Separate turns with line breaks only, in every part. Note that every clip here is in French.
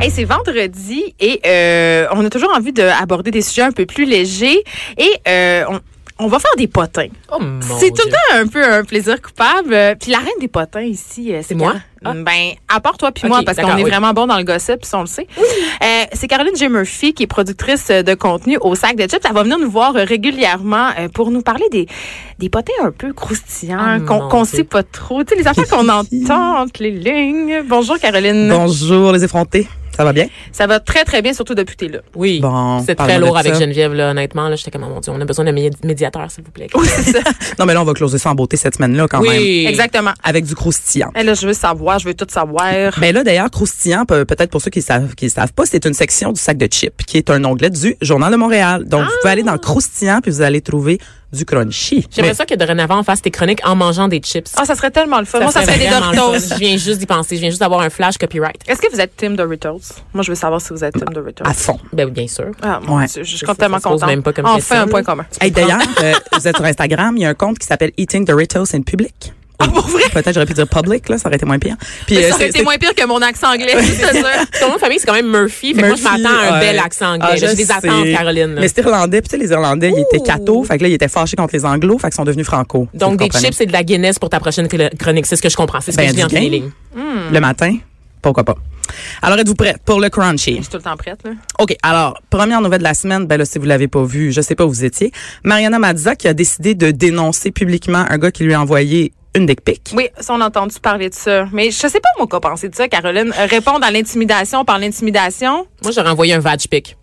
Hey, c'est vendredi et euh, on a toujours envie d'aborder des sujets un peu plus légers et euh, on, on va faire des potins.
Oh, mon
C'est tout le
Dieu.
temps un peu un plaisir coupable. Euh, Puis la reine des potins ici, euh, c'est
moi? Ah.
Car- Ben, à part toi puis
Ok,
moi, parce qu'on
d'accord,
est
oui.
vraiment bon dans le gossip, puis on le sait. Euh, c'est Caroline J. Murphy qui est productrice euh, de contenu au Sac de Chips. Elle va venir nous voir euh, régulièrement euh, pour nous parler des, des potins un peu croustillants
Ah,
qu'on
mon
qu'on
Dieu.
sait pas trop. Tu sais, les affaires qu'on entend entre les lignes. Bonjour Caroline.
Bonjour les effrontés. Ça va bien?
Ça va très très bien, surtout depuis t'es là.
Oui.
Bon,
C'était très
parlons de
lourd avec
ça.
Geneviève, là, honnêtement. Là, J'étais comme, oh, mon Dieu, on a besoin d'un médi- médiateur, s'il vous plaît.
Oui, c'est ça.
Non, mais là, on va closer ça en beauté cette semaine-là quand même.
Exactement.
Avec du croustillant.
Eh, là, je veux savoir, je veux tout savoir.
Ben là, d'ailleurs, croustillant, pe- peut-être pour ceux qui savent, qui savent pas, c'est une section du sac de chips, qui est un onglet du Journal de Montréal. Donc, vous pouvez aller dans croustillant, puis vous allez trouver du crunchy.
Ah! J'aimerais
Mais-
ça que dorénavant, on fasse tes chroniques en mangeant des chips.
Ah, ça serait tellement le fun. Moi, ça serait des
vraiment le fun.
Doritos.
Je viens juste d'y penser. Je viens juste d'avoir un flash copyright.
Est-ce que vous êtes Team Doritos? Moi, je veux savoir si vous êtes Team Doritos.
à fond.
Ben oui, bien sûr.
Ah, mon
Ouais.
Dieu, je suis
Ça, ça,
tellement
ça se pose
contente.
même pas comme
enfin,
question,
un point
là.
commun.
Hey, d'ailleurs, euh, vous êtes sur Instagram, il y a un compte qui s'appelle Eating Doritos in Public.
Ah, pour vrai?
Peut-être j'aurais pu dire public, là, ça aurait été moins pire. Puis,
Mais
euh,
ça aurait
c'est-
été moins pire que mon accent anglais, c'est sûr.
Ton nom de famille, c'est quand même Murphy. Fait que moi, je
Murphy,
m'attends à un
ouais.
bel accent anglais.
Ah,
J'ai
je
des
sais.
attentes, Caroline. là.
Mais c'est irlandais, puis tu sais, les Irlandais, ils étaient cathos, fait que là, ils étaient fâchés contre les Anglos, fait qu'ils sont devenus franco. si vous
Donc, des
comprenez.
chips et de la Guinness pour ta prochaine cl- chronique. C'est ce que je comprends. C'est ce que
Ben,
je dis en Hmm.
du gain.
feeling.
le matin, pourquoi pas. Alors, êtes-vous prête pour le crunchy?
Je suis tout le temps prête, là.
OK, alors, première nouvelle de la semaine, ben là, si vous l'avez pas vu, je sais pas où vous étiez. Mariana Mazza qui a décidé de dénoncer publiquement un gars qui lui a envoyé une dick pic.
Oui, ça, on a entendu parler de ça. Mais je sais pas, moi, quoi penser de ça, Caroline. Euh, Répondre à l'intimidation par l'intimidation.
Moi, j'aurais envoyé un vag pic.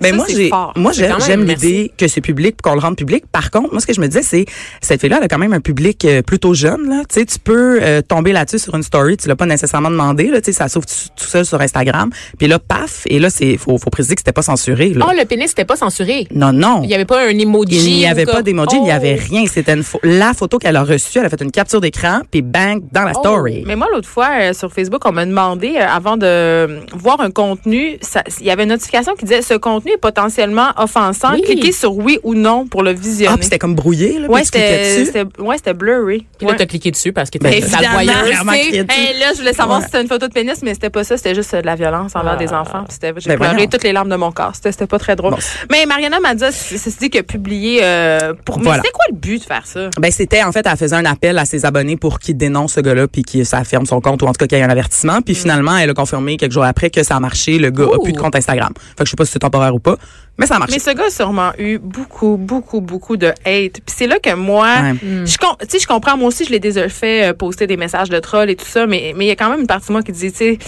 Ben
ça,
moi,
c'est
j'ai,
fort.
moi,
C'est
j'aime,
quand même-
j'aime
merci.
l'idée que c'est public puis qu'on le rende public. Par contre, moi, ce que je me disais, c'est, cette fille-là, elle a quand même un public euh, plutôt jeune, là. Tu sais, tu peux euh, tomber là-dessus sur une story, tu l'as pas nécessairement demandé, là. Tu sais, ça s'ouvre tout tout seul sur Instagram. Puis là, paf, et là, c'est, faut, faut préciser que c'était pas censuré, là.
Oh, le pénis, c'était pas censuré.
non, non.
Il n'y avait pas un emoji.
Il n'y
ou
avait
quoi.
pas d'emoji, il n'y avait
Oh.
rien. C'était une pho- la photo qu'elle a reçue. Elle a fait une capture d'écran, puis bang, dans
Oh,
la story.
Mais moi, l'autre fois, euh, sur Facebook, on m'a demandé, euh, avant de euh, voir un contenu, ça- il y avait une notification qui disait ce contenu est potentiellement offensant.
Oui.
Cliquez sur oui ou non pour le visionner.
ah, puis c'était comme brouillé, là,
ouais,
puis tu cliquais
c'était
dessus.
c'était- ouais, c'était blurry.
Puis là,
Ouais.
t'as cliqué dessus parce que
Ben,
t'étais
évidemment.
savoyeuse.
Clairement
Tu sais,
qu'il y a
hey,
dit.
là, je voulais savoir
Ouais.
si c'était une photo de pénis, mais c'était pas ça, c'était juste euh, de la violence envers des enfants. Puis c'était, j'ai
Ben
pleuré
voyons.
toutes les larmes de mon corps. C'était, c'était pas très drôle.
Bon.
Mais Mariana m'a dit, ceci dit, que publier euh, pour. Mais
Voilà.
c'était quoi le but de faire ça?
Ben, c'était, en fait, elle faisait un appel à ses abonnés pour qu'ils dénoncent ce gars-là, puis qu'ils ça ferme son compte, ou en tout cas qu'il y ait un avertissement.
Mm.
Puis finalement, elle a confirmé quelques jours après que ça a marché. Le gars
Ouh.
a plus de compte Instagram. Fait que je sais pas si c'est temporaire ou pas, mais ça a marché.
Mais ce gars a sûrement eu beaucoup, beaucoup, beaucoup de hate. Puis c'est là que moi,
Ouais.
je, com- tu sais, je comprends, moi aussi, je l'ai déjà fait euh, poster des messages de troll et tout ça, mais mais il y a quand même une partie de moi qui dit, tu sais,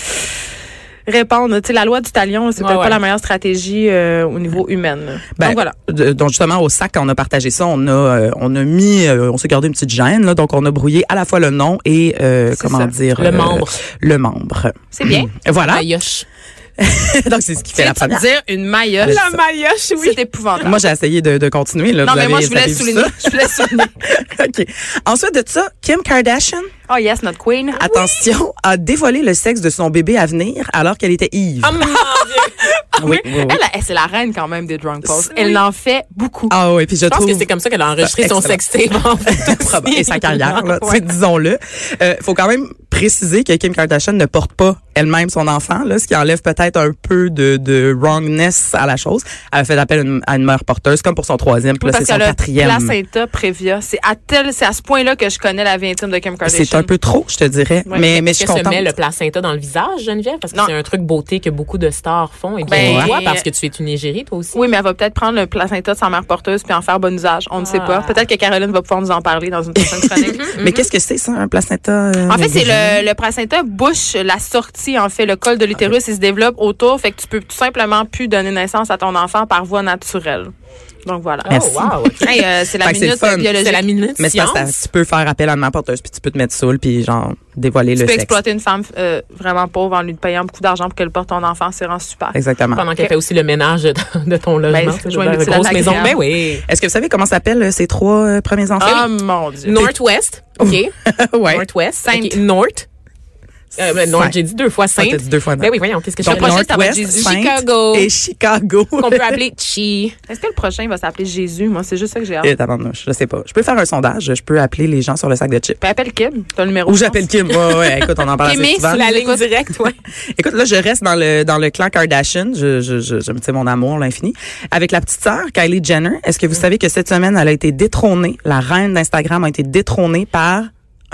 répondre, tu sais, la loi du talion, c'est
Ouais,
peut-être
ouais.
pas la meilleure stratégie euh, au niveau humain. là.
Ben,
Donc voilà.
de- donc justement au sac quand on a partagé ça, on a euh, on a mis euh, on s'est gardé une petite gêne là, donc on a brouillé à la fois le nom et euh,
C'est
comment
ça.
dire
Le
euh,
membre.
le membre.
C'est bien.
hein?
Voilà.
Mayoche.
Donc, c'est ce qui
Tu
fait la première.
dire une maillotche.
La
maillotche, oui. C'est épouvantable.
Moi, j'ai essayé de, de continuer. Là.
non,
Vous
mais moi,
avez-
je
vous
voulais
avez vu
souligner. Je voulais souligner.
ça? OK. Ensuite de ça, Kim Kardashian,
Oh, yes, notre queen.
attention, a dévoilé le sexe de son bébé à venir alors qu'elle était Yves.
Oh mon Dieu.
Ah,
oui, oui, oui.
Elle, elle, c'est la reine quand même des drunk posts.
Oui.
Elle en fait beaucoup.
Ah oui, puis je,
Je pense
trouve
que c'est comme ça qu'elle a enregistré son
Ben, Excellent.
sextape. en fait, aussi.
probable- et sa carrière, là, tu sais,
Ouais.
disons-le. Euh, faut quand même préciser que Kim Kardashian ne porte pas elle-même son enfant, là, ce qui enlève peut-être un peu de, de wrongness à la chose. Elle a fait appel à une, à une mère porteuse, comme pour son troisième, puis
Oui,
là, c'est
parce
son
qu'elle a
quatrième.
placenta prévia. C'est à tel, c'est à ce point-là que je connais la vie intime de Kim Kardashian.
C'est un peu trop, je te dirais,
Ouais.
mais, mais je suis
Est-ce que se
contente.
met le placenta dans le visage, Geneviève? Parce que
Non.
c'est un truc beauté que beaucoup de stars font. Et bien,
Ben,
toi,
ouais.
parce que tu es une égérie, toi aussi.
Oui, mais elle va peut-être prendre le placenta de sa mère porteuse puis en faire bon usage. On ne sait
Ah.
pas. Peut-être que Caroline va pouvoir nous en parler dans une prochaine chronique.
Mais qu'est-ce que c'est, ça, un placenta? euh,
Mm-hmm. En fait, c'est
indigène?
le, le placenta bouche la sortie, en fait. Le col de l'utérus,
Ah,
il se développe autour. Fait que tu peux tout simplement plus donner naissance à ton enfant par voie naturelle. Donc voilà.
Merci.
Oh, wow. ok.
Hey, euh, c'est la
Fait que c'est
minute
le fun.
biologique.
C'est la minute
Mais c'est
science.
parce que ça- tu peux faire appel à une mère porteuse, puis tu peux te mettre saoul, puis genre dévoiler
Tu
le
peux
sexe.
exploiter une femme euh, vraiment pauvre en lui payant beaucoup d'argent pour qu'elle porte ton enfant. C'est vraiment super.
Exactement.
Pendant qu'elle fait aussi le ménage de, de ton
Ben,
logement.
c'est
c'est
joint
dans la
l'utile à
grosse maison. Ben
l'agréable.
oui.
Est-ce que vous savez comment s'appellent euh, ces trois euh, premiers enfants?
Oh mon Dieu.
Ben Northwest. OK.
ouais.
Northwest.
Sainte.
OK. North. Ah, Euh, mais non,
Sainte.
j'ai dit deux fois
Ah,
sainte.
t'as dit deux fois, non.
Ben oui, voyons, qu'est-ce que je
Donc,
fais?
prochain, ça va être
Northwest,
Jésus.
Sainte
Chicago.
Et Chicago.
qu'on peut appeler Chi.
Est-ce que le prochain va s'appeler Jésus? Moi, c'est juste ça que
hein.
j'ai hâte.
Eh, tabarnouche, je sais pas. Je peux faire un sondage. Je peux appeler les gens sur le sac de chips.
Puis appelle Kim, t'as le numéro.
Ou
je
j'appelle
pense.
Kim. Ouais, ouais, écoute, on en parle
Kimmy,
assez souvent.
c'est la ligne
directe, ouais.
Écoute, là, je reste dans le, dans le clan Kardashian. Je, je, je, je- tu sais, mon amour, l'infini. Avec la petite sœur, Kylie Jenner. Est-ce
Mm.
que vous savez que cette semaine, elle a été détrônée? La reine d'Instagram a été détrônée par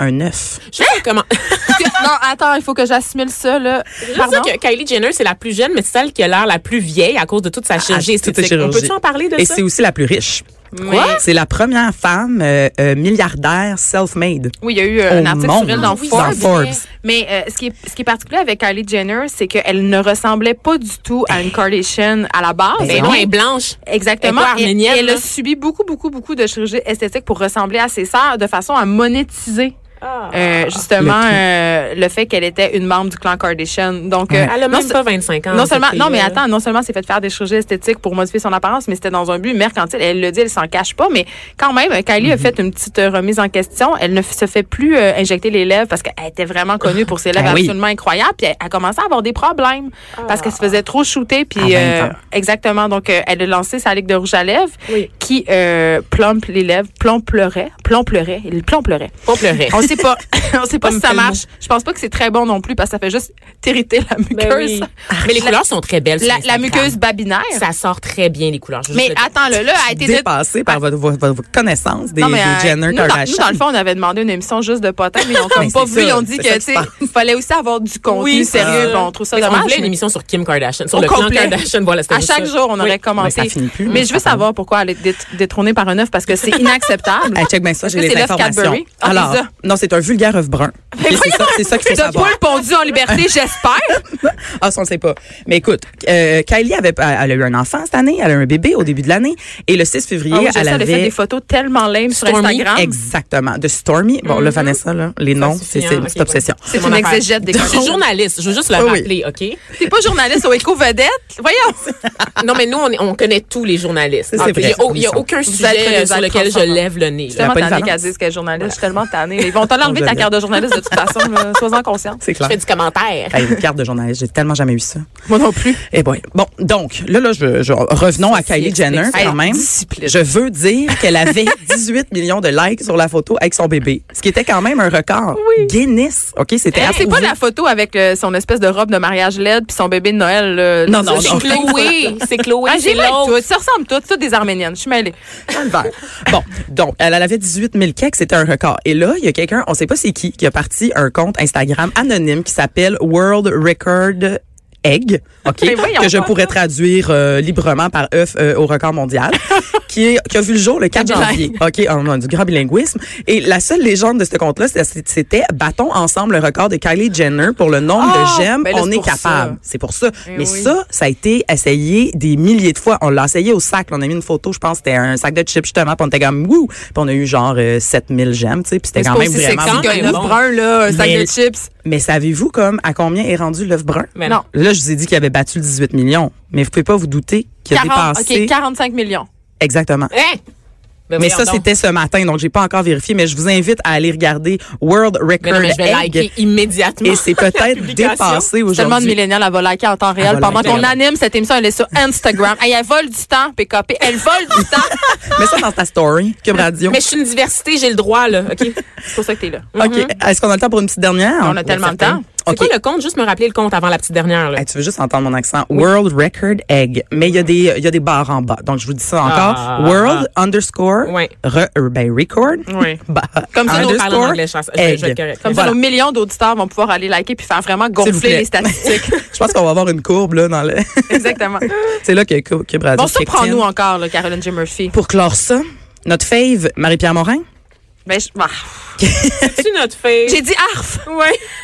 un œuf.
Je sais pas comment.
non, attends, il faut que j'assimile ça, là.
Je veux
Pardon?
dire que Kylie Jenner, c'est la plus jeune, mais c'est celle qui a l'air la plus vieille à cause de
Ah,
toute sa chirurgie
toutes ses
esthétique. On
chirurgies.
peut-tu en parler de
Et
ça?
c'est aussi la plus riche.
Quoi?
C'est la première femme euh, euh, milliardaire self-made.
Oui, il y a eu euh, un
au
article
monde,
sur elle dans
dans
Forbes.
Forbes.
Mais euh, ce, qui est, ce qui est particulier avec Kylie Jenner, c'est qu'elle ne ressemblait pas du tout à une Kardashian à la base.
Ben non, elle est blanche.
Exactement.
Elle est pas
Et-
arménienne,
et elle a
là.
subi beaucoup, beaucoup, beaucoup de chirurgie esthétique pour ressembler à ses sœurs de façon à monétiser. euh, justement
Ah, Le
le,
tout.
le fait qu'elle était une membre du clan Kardashian donc euh,
Elle a
non,
même
se-
pas 25 ans.
non
cette
seulement non mais
fille-là.
attends non seulement s'est fait faire des chirurgies esthétiques pour modifier son apparence mais c'était dans un but mercantile elle le dit elle s'en cache pas mais quand même euh, Kylie a
Mm-hmm.
fait une petite euh, remise en question elle ne f- se fait plus euh, injecter les lèvres parce qu'elle était vraiment connue pour ses lèvres
Ah oui.
absolument incroyables puis elle a commencé à avoir des problèmes parce qu'elle se faisait trop shooter
À
puis
20
euh,
ans.
exactement donc euh, elle a lancé sa ligue de rouge à lèvres
Oui.
qui euh, plombe les lèvres plomplerait plomplerait il plomplerait
On pleurait.
on sait pas. on sait pas
Pas
si
me
ça
fait le
marche. Je pense pas que c'est très bon non plus parce que ça fait juste t'irriter la muqueuse.
Ben oui. Mais les couleurs sont très belles. sur
Ah, La, la
Instagram.
muqueuse babinaire.
Ça sort très bien, les couleurs. Je veux
mais
juste le dire.
attends, là, là, a été dé-
Dépassée par votre, votre, votre connaissance des,
Non, mais,
des
euh,
Jenner
nous, dans, nous,
Kardashian.
dans le fond, on avait demandé une émission juste de potins, mais ils ont comme
Mais
pas
c'est
voulu.
ça,
Ils ont dit
c'est
que,
ça
tu
qui se
sais,
passe.
il fallait aussi avoir du contenu
Oui,
sérieux.
euh,
Bon, on trouve ça
Parce qu'on
dommage.
voulait une
mais
émission sur Kim Kardashian, sur
Au
le
complet.
clan Kardashian. Voilà, c'était
À
juste
chaque
ça.
jour, on aurait
Oui.
commencé.
Mais ça finit plus,
Mais
hein,
je veux
ça
savoir pourquoi elle est dét- détrônée par un œuf parce que c'est inacceptable.
Hey, check bien ça,
Est-ce que
j'ai les
c'est l'œuf
informations.
Cadbury? Ah,
Alors,
c'est ça.
non, c'est un vulgaire œuf brun. Et C'est ça, c'est ça qu'il faut
De
savoir.
poule pondue en liberté, j'espère.
Ah, ça, on le sait pas. Mais écoute, euh, Kylie avait, elle a eu un enfant cette année, elle a eu un bébé au début de l'année, et le 6 février,
Ah oui, je sais,
elle
elle a
avait
fait des Ah. photos tellement lame sur
Stormy,
Instagram.
exactement de Stormy. Bon,
Mm-hmm.
là, Vanessa, là, les noms, c'est
suffit,
c'est
hein,
une
ok,
petite obsession.
C'est
mon
une
affaire.
exégète des
Je suis
cochons.
journaliste, je veux juste le
Ah oui.
rappeler, OK?
T'es pas journaliste au Éco-Vedette? Voyons!
Non, mais nous, on, est- on connaît tous les journalistes.
C'est
Ah, puis Il
vrai,
n'y a,
ils sont-
aucun
Vous êtes
sujet euh,
des
sur lequel je
transformants.
lève le nez.
Je suis
là.
tellement
pas de
tannée qu'elle
valence.
dise qu'elle est journaliste. Je suis tellement tannée. Ils vont t'en enlever
On
ta
le
carte de journaliste de toute façon. là. Sois-en consciente.
C'est
Je
clair.
fais du commentaire.
Hey, une carte de journaliste, j'ai tellement jamais eu ça.
Moi non plus.
Eh boy. Bon, donc, là, là, je, je- revenons à
Ça,
Kylie
c'est
Jenner
explique-
quand
Hey,
même.
discipline.
Je veux dire qu'elle avait 18 millions de likes sur la photo avec son bébé, ce qui était quand même un record. Guinness, OK? C'était
c'est
approuvé.
pas la photo avec euh, son espèce de robe de mariage LED puis son bébé de Noël. là.
Non, non,
Ça, c'est
non.
Chloé.
c'est Chloé.
Ah, j'ai
c'est
l'air
l'autre.
tout. Ça ressemble toutes, toutes des Arméniennes. Je suis mêlée.
dans le verre. Bon, donc, elle, elle avait 18 000 cakes, c'était un record. Et là, il y a quelqu'un, on sait pas c'est qui, qui a parti un compte Instagram anonyme qui s'appelle World Record Egg, ok,
Mais voyons
que je
pas.
pourrais traduire euh, librement par œuf euh, au record mondial, qui, est, qui a vu le jour le 4 janvier. Ok, on a du grand bilinguisme. Et la seule légende de ce compte-là, c'était- c'était battons ensemble le record de Kylie Jenner pour le nombre
Ah,
de j'aime.
ben là,
on
c'est
est
pour ça.
capable. C'est pour ça.
Eh
Mais
oui.
ça, ça a été essayé des milliers de fois. On l'a essayé au sac. là. On a mis une photo, je pense, c'était un sac de chips justement, puis on était comme wouh, puis on a eu genre euh, 7000 j'aime, tu sais, puis c'était quand même vraiment
sexy
beaucoup.
qu'un œuf
brun, là, un
sac
sac
Mais-
de
de
chips.
Mais savez-vous comme à combien est rendu l'œuf brun
Mais
Non.
Là, je vous ai dit qu'il avait battu le 18 millions, mais vous pouvez pas vous douter qu'il a
40,
dépassé
OK, 45 millions.
exactement.
Hein? Ben,
Mais
voyons
ça,
donc.
c'était ce matin, donc j'ai pas encore vérifié, mais je vous invite à aller regarder World
Ben non,
Record
mais je vais
Egg.
liker immédiatement.
Et c'est peut-être
publication.
dépassé
Tellement de
aujourd'hui.
milléniaux, elle va liker en temps réel.
Elle va
Pendant
liker.
qu'on anime cette émission, elle est sur Instagram. Hey, elle vole du temps, PKP. Elle vole du temps.
Mets ça dans ta story, Cube Radio.
Mais je suis une diversité, j'ai le droit, là. OK?
C'est pour ça que t'es là.
OK. Est-ce qu'on a le temps pour une petite dernière?
Mhm. On a tellement de temps.
C'est
OK.
quoi le compte? Juste me rappeler le compte avant la petite dernière, là.
Hey, tu veux juste entendre mon accent. World Record Egg. Mais il y a des, il y a des barres en bas. Donc, je vous dis ça encore.
Ah.
World underscore
Ouais.
re- euh, ben, record.
Oui.
Bah,
Comme ça, nous, on parle en
underscore
anglais, je pense. Je vais- je vais être
egg.
correcte.
Comme
Voilà.
ça, nos millions d'auditeurs vont pouvoir aller liker puis faire vraiment
S'il vous
gonfler
plaît.
les statistiques.
Je pense qu'on va avoir une courbe, là, dans le,
Exactement.
c'est là que Cube Cube Radio
Bon,
kick in.
surprends-nous hein. encore, là, Caroline J. Murphy.
Pour clore ça, notre fave, Marie-Pierre Morin.
Ben, je- ah.
C'est notre fille.
j'ai dit arf. Ouais.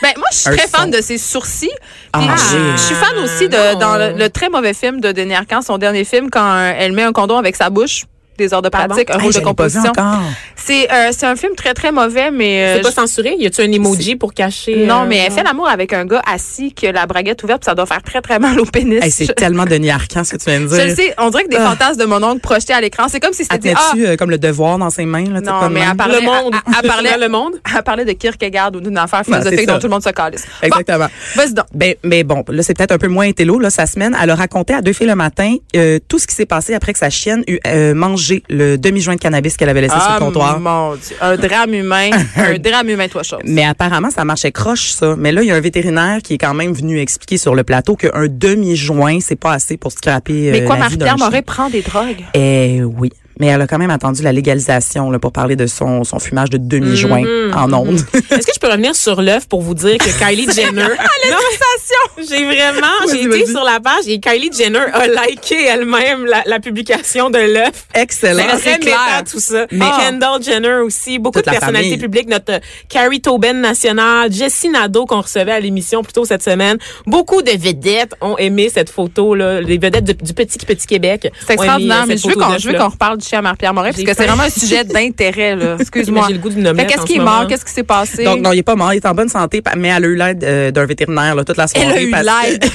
Ben, moi, je suis
Un
très fan
son.
de ses sourcils.
Ah,
Puis,
oui.
je suis fan aussi de,
non.
dans le, le très mauvais film de Denis Arcand, son dernier film, quand euh, elle met un condom avec sa bouche. des heures de
Pardon?
pratique, un
Hey,
rôle
Ah,
de
je l'ai pas vu
composition.
encore.
C'est euh, c'est un film très, très mauvais, mais...
C'est
euh,
pas censuré? Y a-tu un emoji pour cacher?
non,
euh,
mais elle fait l'amour avec un gars assis qui a la braguette ouverte, puis ça doit faire très, très mal au pénis.
Hey, c'est
Je-
tellement Denis Arcand, ce que tu viens de
Je le
dire.
sais, on dirait que des
Ah.
fantasmes de mon oncle projetés à l'écran. C'est comme si
Elle
c'était dit, ah,
tenait-tu euh, comme le devoir dans ses mains? Là, tu sais,
Non,
pas de
mais
même?
à part-
Le monde.
à- à- à parler-
Le monde.
ah, elle parlait de Kierkegaard ou d'une affaire
Ben, c'est
philosophique
ça.
dont tout le monde se calisse. Bon,
Exactement.
vas-y donc.
Ben, mais bon, là, c'est peut-être un peu moins intello, là, sa semaine. Elle a raconté à deux filles le matin euh, tout ce qui s'est passé après que sa chienne eut euh, mangé le demi-joint de cannabis qu'elle avait laissé sur
Ah,
le comptoir.
mon Dieu. Un drame humain. un drame humain, toi, chose.
Mais apparemment, ça marchait croche, ça. Mais là, il y a un vétérinaire qui est quand même venu expliquer sur le plateau qu'un demi-joint, c'est pas assez pour scraper.
Mais
euh,
quoi,
la vie d'un
Marie-Pierre
chien.
Morin prend des drogues?
Eh oui. Mais elle a quand même attendu la légalisation là, pour parler de son, son fumage de demi-joint
Mm-hmm.
en ondes.
Est-ce que je peux revenir sur l'œuf pour vous dire que Kylie Jenner.
Ah,
Non, mais- J'ai vraiment, j'ai
Vas-y,
été
vas-y.
sur la page et Kylie Jenner a liké elle-même la, la publication de l'œuf.
Excellent.
C'est très
c'est clair. oh.
méta, tout ça.
Mais-
Kendall Jenner aussi, beaucoup
Toute
de
la
personnalités
famille.
publiques, notre euh, Carrie Tobin nationale, Jessie Nadeau qu'on recevait à l'émission plus tôt cette semaine. Beaucoup de vedettes ont aimé cette photo là, les vedettes du, du petit petit Québec.
C'est
ont aimé, euh,
extraordinaire, mais
cette
je veux
photo
qu'on,
d'œuf,
je veux
là.
qu'on reparle du chien à Marie-Pierre Morin, parce
J'ai
que c'est
faim.
vraiment un sujet d'intérêt, là. Excuse-moi.
J'ai le goût d'une
Fait
omelette en
qu'est-ce
ce
qui est
moment.
mort? Qu'est-ce qui s'est passé?
Donc, non, il est pas mort. Il est en bonne santé, pa- mais elle a eu l'aide euh, d'un vétérinaire là, toute la soirée.
Elle a eu
parce que-
l'aide.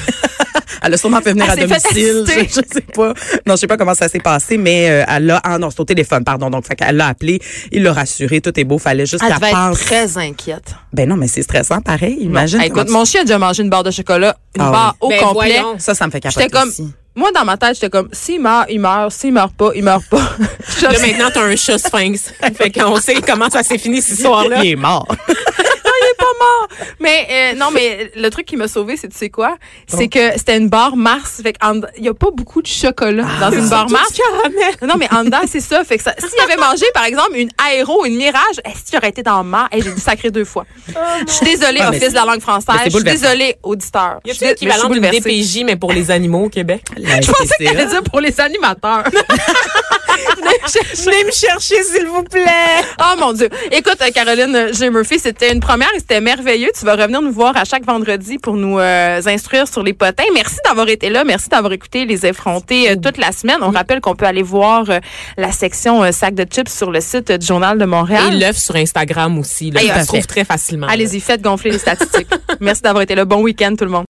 elle a sûrement fait venir
Elle s'est
à
fait
domicile. Je,
assister.
je sais pas. Non, je sais pas comment ça s'est passé, mais euh, elle a... Ah non, c'est au téléphone, pardon. Donc, fait qu'elle l'a appelé. Il l'a rassuré. Tout est beau. Fallait juste
Elle
qu'elle
devait être
pense.
très inquiète.
Ben non, mais c'est stressant, pareil. Imagine.
Hey,
comment
écoute,
tu-
mon chien a déjà mangé une barre de chocolat, une
Ah
barre
oui.
au
Ben,
complet.
voyons.
Ça, ça me fait capoter
J'étais comme,
aussi.
moi, dans ma tête, j'étais comme, s'il meurt, il meurt. S'il meurt pas, il meurt pas.
Là maintenant t'as un chat sphinx. fait qu'on sait comment ça s'est fini cette histoire là.
Il est mort.
Mais euh, non, mais le truc qui m'a sauvé, c'est tu sais quoi C'est que c'était une barre Mars. Fait qu'en- il y a pas beaucoup de chocolat
Ah,
dans une barre Mars. Non, mais en dedans, c'est ça. Fait que ça- s'il avait mangé, par exemple, une aéro, une mirage, est-ce que j'aurais été dans Mars Et j'ai dit sacré deux fois. Je suis désolée,
Ah, mais
office de la langue française.
mais c'est
Je suis
bouleversant.
désolée, auditeur.
Y
Je suis- mais
a-t-il
je suis
l'équivalent d'une
bouleversée.
DPJ mais pour les animaux au Québec
Je pensais que
J'allais dire pour les animateurs.
Venez me chercher s'il vous plaît.
Oh mon Dieu. Écoute, euh, Caroline J. Murphy, c'était une première et c'était merveilleux. Tu vas revenir nous voir à chaque vendredi pour nous euh, instruire sur les potins. Merci d'avoir été là. Merci d'avoir écouté les effrontés euh, toute la semaine. On rappelle qu'on peut aller voir euh, la section euh, sac de chips sur le site euh, du Journal de
Et
Montréal.
l'œuf sur Instagram aussi, là,
Hey,
ça
parfait.
se trouve très facilement. là.
Allez-y, faites gonfler les statistiques. Merci d'avoir été là. Bon week-end tout le monde.